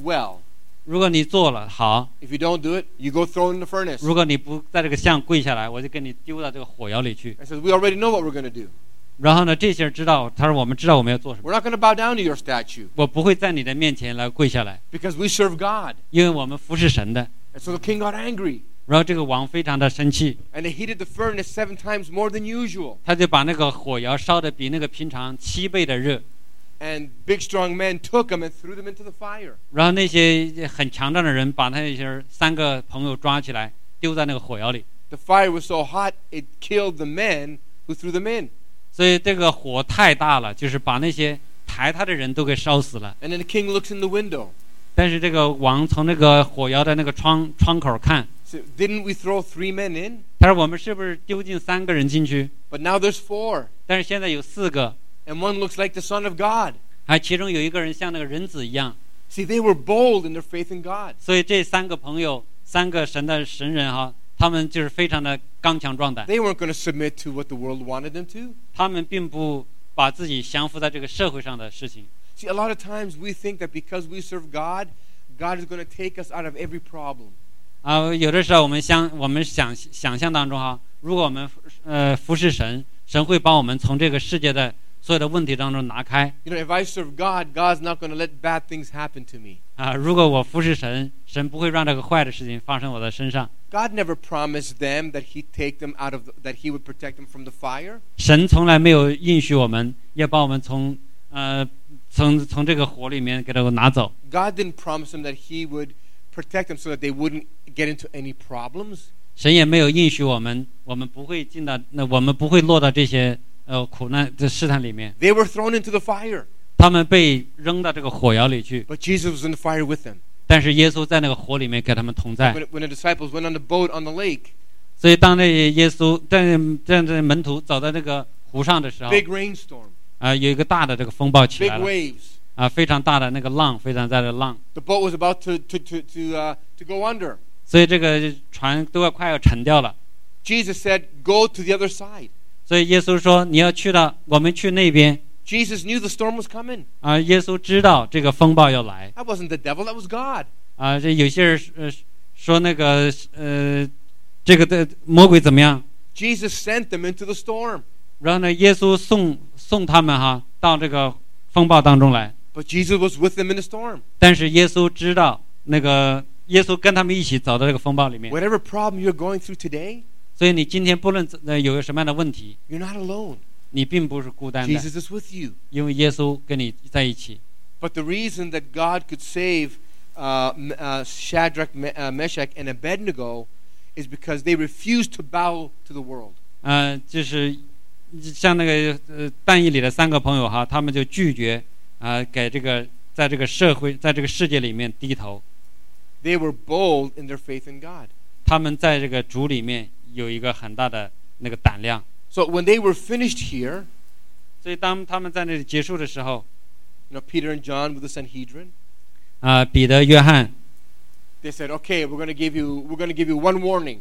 S1: well.
S2: 如果你做了好，
S1: If you don't do it, you go thrown in the furnace.
S2: 如果你不在这个像跪下来，我就给你丢到这个火窑里去。
S1: And says, We already know what we're going to do.
S2: 然后呢，这些人知道，他说我们知道我们要做什么，
S1: We're not going to bow down to your statue
S2: 我不会在你的面前来跪下来，
S1: because we serve God.
S2: 因为我们服侍神的。
S1: And so the king got angry
S2: 然后这个王非常的生气，
S1: and they heated the furnace seven times more than usual.
S2: 他就把那个火窑烧得比那个平常七倍的热。
S1: And big, strong men took them and threw them into the fire.
S2: 然后那些很强壮的人把他那些三个朋友抓起来，丢在那个火窑里。
S1: The fire was so hot, it killed the men who threw them in.
S2: 所以这个火太大了，就是把那些抬他的人都给烧死了。
S1: And then the king looks in the window.
S2: 但是这个王从那个火窑的那个窗窗口看，
S1: Said, Didn't we throw three men in?
S2: 他说：“我们是不是丢进三个人进去？
S1: But now there's four,
S2: 但是现在有四个，
S1: and one looks like the Son of God.
S2: 还其中有一个人像那个人子一样。
S1: See, they were bold in their faith in God.
S2: 所以这三个朋友，三个神的神人哈，他们就是非常的刚强壮胆，
S1: They weren't going to submit to what the world wanted them to.
S2: 他们并不把自己降服在这个社会上的事情。
S1: See, a lot of times we think that because we serve God, God is going to take us out of every problem.
S2: 啊，有的时候我们相我们想想象当中哈，如果我们呃服侍神，神会把我们从这个世界的所有的问题当中拿开
S1: You know, if I serve God, God's not going to let bad things happen to me.
S2: 啊。如果我服侍神，神不会让这个坏的事情发生我的身上。
S1: God never promised them that he'd take them out of the, that he would protect them from the fire.
S2: 神从来没有允许我们要把我们从呃从从这个火里面给它拿走。
S1: God didn't promise them that he would protect them so that they wouldn't get into any problems.
S2: 神也没有允许我们，我们不会进到那，我们不会落到这些呃苦难的试探里面。
S1: They were thrown into the fire,
S2: 他们被扔到这个火窑里去，
S1: but Jesus was in the fire with them.
S2: 但是耶稣在那个火里面跟他们同
S1: [LAUGHS]
S2: 在。
S1: When, when the disciples went on the boat on the lake,
S2: 所以当那耶稣在在在门徒走到那个湖上的时候，
S1: big rainstorm,
S2: 啊，有一个大的这个风暴起
S1: big
S2: 来了，
S1: waves.
S2: 啊，非常大的那个浪，非常大的浪，
S1: The boat was about to to to to, uh, to go under.
S2: 所以这个船都要快要沉掉了。
S1: Jesus said, "Go to the other side."
S2: 所以耶稣说：“你要去到，我们去那边。
S1: Jesus knew the storm was coming. ”
S2: 啊，耶稣知道这个风暴要来。
S1: That wasn't the devil, that was God.
S2: 啊，这有些人呃说那个呃，这个的魔鬼怎么样？
S1: Jesus sent them into the storm.
S2: 然后呢，耶稣送送他们哈到这个风暴当中来，
S1: But Jesus was with them in the storm.
S2: 但是耶稣知道那个耶稣跟他们一起走到这个风暴里面，
S1: Whatever problem you're going through today,
S2: 所以你今天不论呃有什么样的问题，
S1: you're not alone.
S2: 你并不是孤单的，
S1: Jesus is with you.
S2: 因为耶稣跟你在一起。
S1: But the reason that God could save uh, M- uh, Shadrach, Me- uh, Meshach, and Abednego is because they refused to bow to the world.
S2: 呃，就是像那个呃但以里的三个朋友哈，他们就拒绝啊、呃给这个在这个社会在这个世界里面低头。
S1: They were bold in their faith in God.
S2: 他们在这个主里面有一个很大的那个胆量。
S1: So when they were finished here,
S2: 所以当他们在那里结束的时候，
S1: you know, Peter and John with the Sanhedrin,
S2: 啊、彼得、约翰
S1: they said, "Okay, we're going to give you we're going to give you one warning.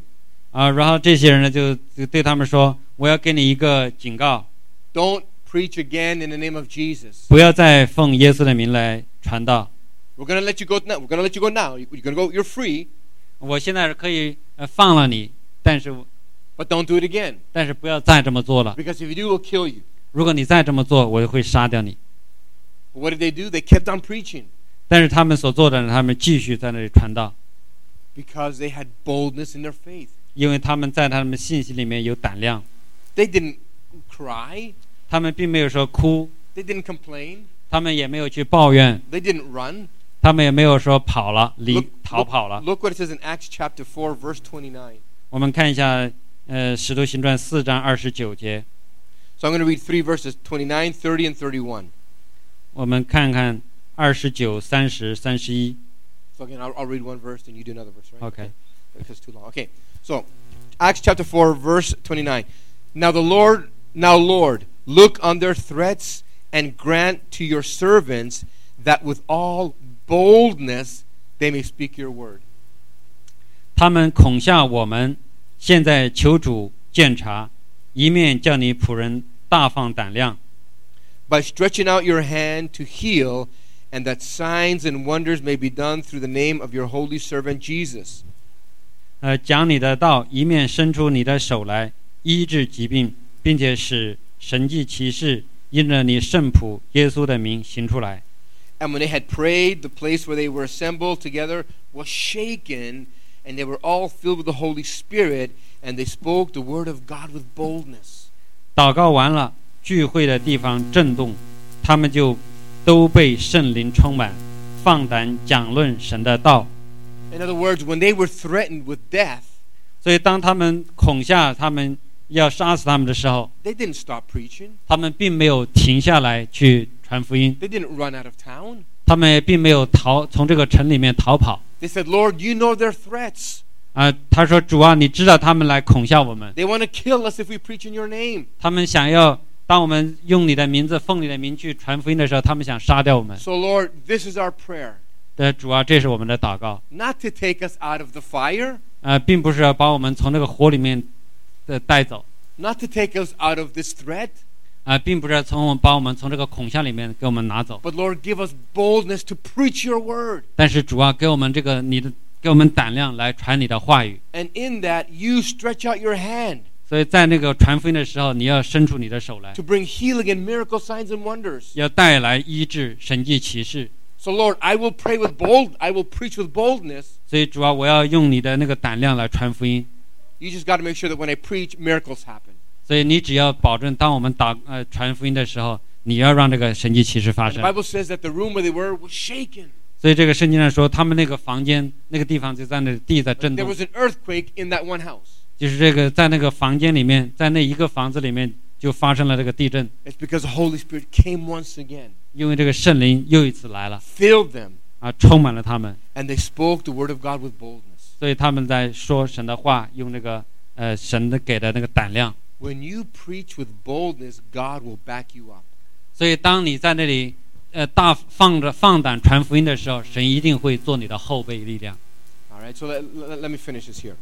S2: 啊、然后这些人呢就就对他们说：“我要给你一个警告，
S1: Don't preach again in the name of Jesus.
S2: 不要再奉耶稣的名来传道。
S1: We're going to let you go now. We're going to let you go now. You're going to go. You're free,
S2: 我现在是可以呃放了你，但是
S1: but don't do it again
S2: 但是不要再这么做了。
S1: because if you do, we'll kill you."
S2: 如果你再这么做，我就会杀掉你。”
S1: What did they do? They kept on preaching
S2: 但是他们所做的呢，他们继续在那里传道，
S1: because they had boldness in their faith.
S2: 因为他们在他们信息里面有胆量，
S1: They didn't cry.
S2: 他们并没有说哭，
S1: They didn't complain.
S2: 他们也没有去抱怨，
S1: They didn't run.
S2: 他们也没有说跑了，离
S1: Look-
S2: 逃跑了。
S1: Look what it says in Acts chapter 4, verse 29.
S2: 我们看一下，呃，《使徒行传》四章二十九节，
S1: So I'm going to read three verses 29, 30, and 31.
S2: 我们看看二十九、三十、三十一。
S1: So again, I'll, I'll read one verse and you do another verse, right?
S2: OK，
S1: This is too long. Okay. So, Acts chapter 4, verse 29. Now the Lord, now Lord, look on their threats and grant to your servants that with all boldness they may speak your word.
S2: 他们恐吓我们，现在求主鉴察，一面叫你仆人大放胆量，
S1: By stretching out your hand to heal and that signs and wonders may be done through the name of your holy servant Jesus.
S2: 呃，讲你的道，一面伸出你的手来医治疾病，并且使神迹奇事因着你圣仆耶稣的名行出来。
S1: And when they had prayed, the place where they were assembled together was shaken, and they were all filled with the Holy Spirit, and they spoke the word of God with boldness.
S2: 祷告完了，聚会的地方震动，他们就都被圣灵充满，放胆讲论神的道。
S1: In other words, when they were threatened with death,
S2: 所以，当他们恐吓他们要杀死他们的时候，
S1: they didn't stop preaching,
S2: 他们并没有停下来去传福音，
S1: they didn't run out of town.
S2: 他们也并没有逃从这个城里面逃跑
S1: They said, Lord, you know their threats.
S2: 啊、他说：“主啊，你知道他们来恐吓我们，
S1: They want to kill us if we preach in your name.
S2: 他们想要当我们用你的名字、奉你的名去传福音的时候，他们想杀掉我们。
S1: So, Lord, this is our prayer
S2: 但主啊，这是我们的祷告
S1: not to take us out of the fire,
S2: 啊、并不是要把我们从这个火里面的带走
S1: not to take us out of this threat,
S2: 啊、并不是要从我们把我们从这个恐吓里面给我们拿走。
S1: but, Lord, give us boldness to preach your word.
S2: 但是主啊，给我们这个你的，给我们胆量来传你的话语。
S1: And in that, you stretch out your hand
S2: 所以在那个传福音的时候，你要伸出你的手来
S1: to，bring healing and miracle signs and wonders.
S2: 要带来医治、神迹、奇事。
S1: So, Lord, I will pray with bold. I will preach with boldness.
S2: 所以主啊，我要用你的那个胆量来传福音。
S1: You just got to make sure that when I preach, miracles happen.
S2: 所以你只要保证，当我们打呃传福音的时候，你要让这个神迹奇事发
S1: And the
S2: 生。
S1: Bible says that the room where they were was shaken.
S2: 所以这个圣经上说，他们那个房间那个地方就在那里地在震
S1: There
S2: 动
S1: was，an earthquake in that one house.
S2: 就是这个在那个房间里面，在那一个房子里面就发生了这个地震，
S1: It's because the Holy Spirit came once again,
S2: 因为这个圣灵又一次来了
S1: filled them,
S2: 啊，充满了他们，
S1: and they spoke the word of God with boldness.
S2: 所以他们在说神的话，用那个呃神的给的那个胆量。
S1: When you preach with boldness, God will back you up.
S2: 所以当你在那里呃大放着放胆传福音的时候，神一定会做你的后备力量。
S1: All right, so let, let, let me finish this here.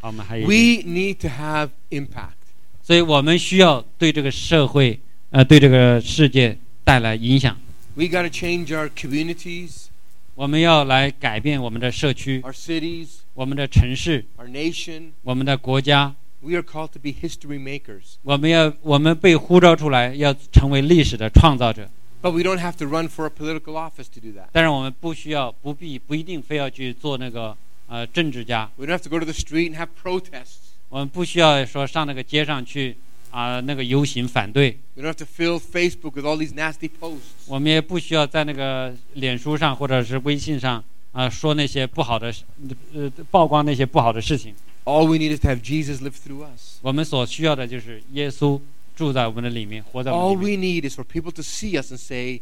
S2: 好，我们还有一点
S1: We need to have impact.
S2: 所以我们需要对这个社会，呃，对这个世界带来影响。
S1: We got to change our communities,
S2: 我们要来改变我们的社区、
S1: our cities,
S2: 我们的城市、
S1: our nation.
S2: 我们的国家。
S1: We are called to be history makers,
S2: 我们要，我们被呼召出来，要成为历史的创造者。
S1: but we don't have to run for a political office to do that.
S2: 但是我们不需要，不必，不一定非要去做那个呃政治家。
S1: We don't have to go to the street and have protests.
S2: 我们不需要说上那个街上去啊、那个游行反对。
S1: We don't have to fill Facebook with all these nasty posts.
S2: 我们也不需要在那个脸书上或者是微信上啊、说那些不好的事，呃，曝光那些不好的事情。
S1: All we need is to have Jesus live through us.
S2: 我们所需要的就是耶稣住在我们的里面，活在我
S1: All
S2: 们里面。
S1: we need is for people to see us and say,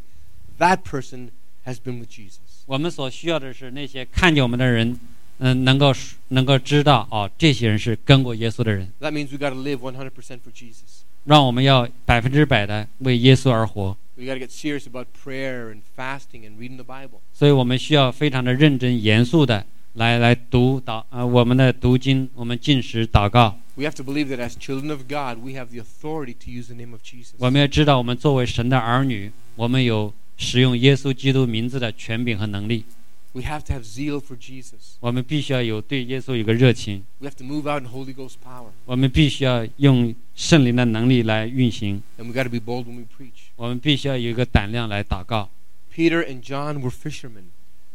S1: that person has been with Jesus.
S2: 我们所需要的是那些看见我们的人，嗯、能够能够知道哦，这些人是跟过耶稣的人。
S1: That means we got to live 100% for Jesus.
S2: 让我们要百分之百的为耶稣而活，
S1: We got to get serious about prayer and fasting and reading the Bible.
S2: 所以我们需要非常的认真严肃的来来读祷呃我们的读经，我们进食祷告。
S1: We have to believe that as children of God, we have the authority to use the name of Jesus.
S2: 我们要知道，我们作为神的儿女，我们有使用耶稣基督名字的权柄和能力。
S1: We have to have zeal for Jesus.
S2: 我们必须要有对耶稣有个热情。
S1: We have to move out in Holy Ghost power.
S2: 我们必须要用圣灵的能力来运行，
S1: And we got to be bold when we preach.
S2: 我们必须要有一个胆量来祷告。
S1: Peter and John were fishermen,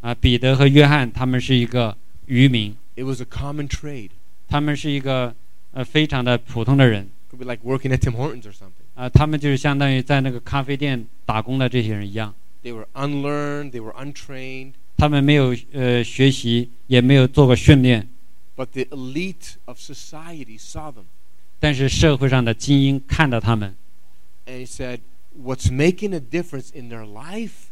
S2: 啊，彼得和约翰他们是一个渔民，
S1: it was a common trade.
S2: 他们是一个呃非常的普通的人
S1: Could be like working at Tim Hortons or something.
S2: 啊，他们就是相当于在那个咖啡店打工的这些人一样，
S1: They were unlearned, they were untrained,
S2: 他们没有呃学习，也没有做过训练，
S1: but the elite of society saw them
S2: 但是社会上的精英看到他们，
S1: and he said, What's making a difference in their life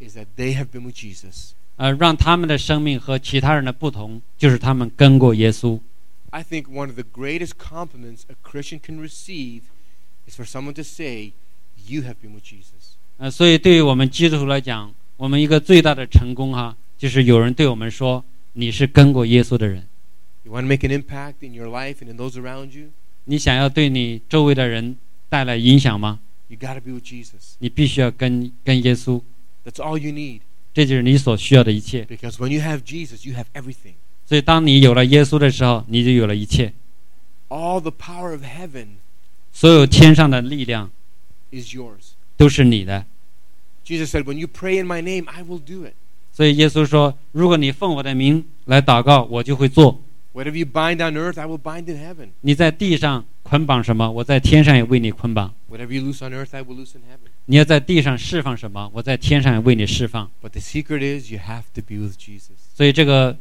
S1: is that they have been with Jesus.
S2: 呃，让他们的生命和其他人的不同，就是他们跟过耶稣。
S1: I think one of the greatest compliments a Christian can receive is for someone to say, You have been with Jesus.
S2: 呃，所以对于我们基督徒来讲，我们一个最大的成功哈、就是有人对我们说你是跟过耶稣的人。
S1: You want to make an impact in your life and in those around you?
S2: 你想要对你周围的人带来影响吗？
S1: You got to be with Jesus.
S2: 你必须要跟跟耶稣。
S1: That's all you need.
S2: 这就是你所需要的一切。
S1: Because when you have Jesus, you have everything.
S2: 所以，当你有了耶稣的时候，你就有了一切。
S1: All the power of heaven
S2: 所有天上的力量
S1: is yours.
S2: 都是你的。
S1: Jesus said, When you pray in my name, I will do it.
S2: 所以，耶稣说：“如果你奉我的名来祷告，我就会做。
S1: Whatever you bind on earth, I will bind in heaven.
S2: 你在地上捆绑什么，我在天上也为你捆绑；
S1: Whatever you loose on earth, I will loose in heaven.
S2: 你要在地上释放什么，我在天上也为你释放。
S1: But the secret is you have to be with Jesus. ”
S2: 所以，这个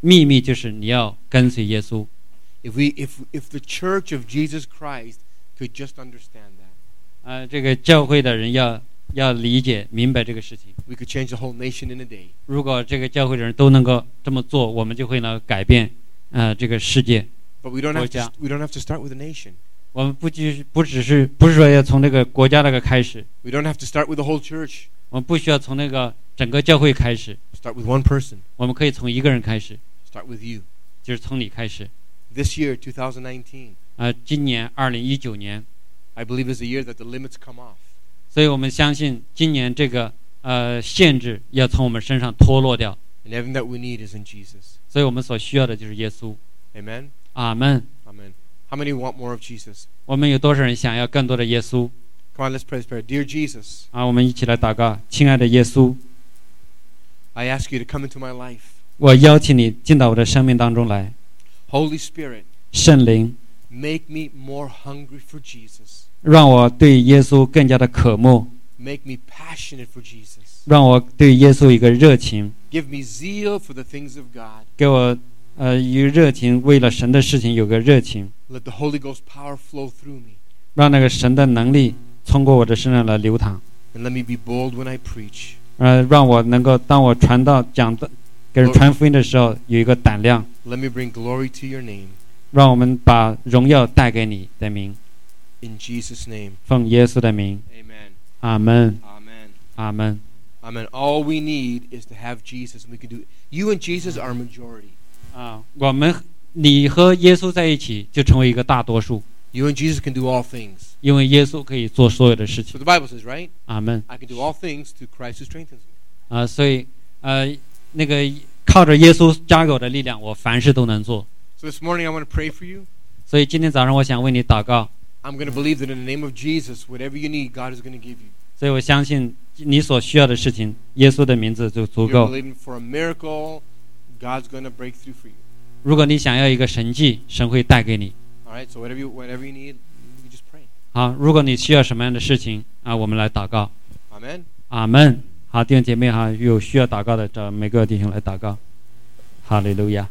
S2: 秘密就是你要跟随耶稣。
S1: If we if if the church of Jesus Christ could just understand that,
S2: 呃，这个教会的人要要理解明白这个事情。
S1: we could change the whole nation in a day.
S2: 如果这个教会的人都能够这么做，我们就会呢改变呃这个世界。
S1: But we don't have to,
S2: Roger.
S1: we don't have to start with a nation.
S2: 我们不只不只是不是说要从这个国家那个开始，
S1: We don't have to start with the whole church.
S2: 我们不需要从那个整个教会开始，
S1: Start with one person.
S2: 我们可以从一个人开始，
S1: Start with you.
S2: 就是从你开始。
S1: This year, 2019,
S2: 呃，今年二零一九年，
S1: I believe is the year that the limits come off.
S2: 所以我们相信今年这个呃限制要从我们身上脱落掉，
S1: And everything that we need is in Jesus.
S2: 所以我们所需要的就是耶稣。
S1: Amen.
S2: 阿门。
S1: Amen. How many want more of Jesus?
S2: 我们有多少人想要更多的耶稣
S1: Come on, let's pray this prayer. Dear Jesus,
S2: 啊？我们一起来祷告，亲爱的耶稣，
S1: I ask you to come into my life.
S2: 我邀请你进到我的生命当中来，
S1: Holy Spirit,
S2: 圣灵，
S1: make me more hungry for Jesus.
S2: 让我对耶稣更加的渴慕，
S1: Make me passionate for Jesus.
S2: 让我对耶稣一个热情，
S1: Give me zeal for the things of God.
S2: 给我呃一个热情，为了神的事情有个热情，
S1: Let the Holy Ghost power flow through me.
S2: 让那个神的能力通过我的身上来流淌，
S1: And let me be bold when I preach.
S2: 呃，让我能够当我传道讲的给人传福音的时候有一个胆量，
S1: Let me bring glory to your name.
S2: 让我们把荣耀带给你的名，
S1: In Jesus' name.
S2: 奉耶稣的名，
S1: Amen.
S2: 阿门，
S1: Amen.
S2: 阿门。
S1: Amen. All we need is to have Jesus, and we can do it. You and Jesus are a majority.
S2: 啊，我们你和耶稣在一起就成为一个大多数，
S1: You and Jesus can do all things.
S2: 因为耶稣可以做所有的事
S1: So
S2: 情。
S1: the Bible says, right?
S2: 阿门。
S1: I can do all things through Christ who strengthens me.
S2: 啊，所以呃，那个靠着耶稣加给我的力量，我凡事都能做。
S1: So this morning I want to pray for you.
S2: 所以今天早上我想为你祷告，
S1: I'm going to believe that in the name of Jesus, whatever you need, God is going to give you.
S2: 所以我相信你所需要的事情，耶稣的名字就足
S1: You're
S2: 够。
S1: believing for a miracle, God's going to break through for you.
S2: 如果你想要一个神迹，神会带给你。
S1: All right? So whatever you, whatever you need, you just pray.
S2: 好，如果你需要什么样的事情啊，我们来祷告。
S1: Amen.
S2: 阿门。好，弟兄姐妹哈，有需要祷告的，找每个弟兄来祷告。哈利路亚。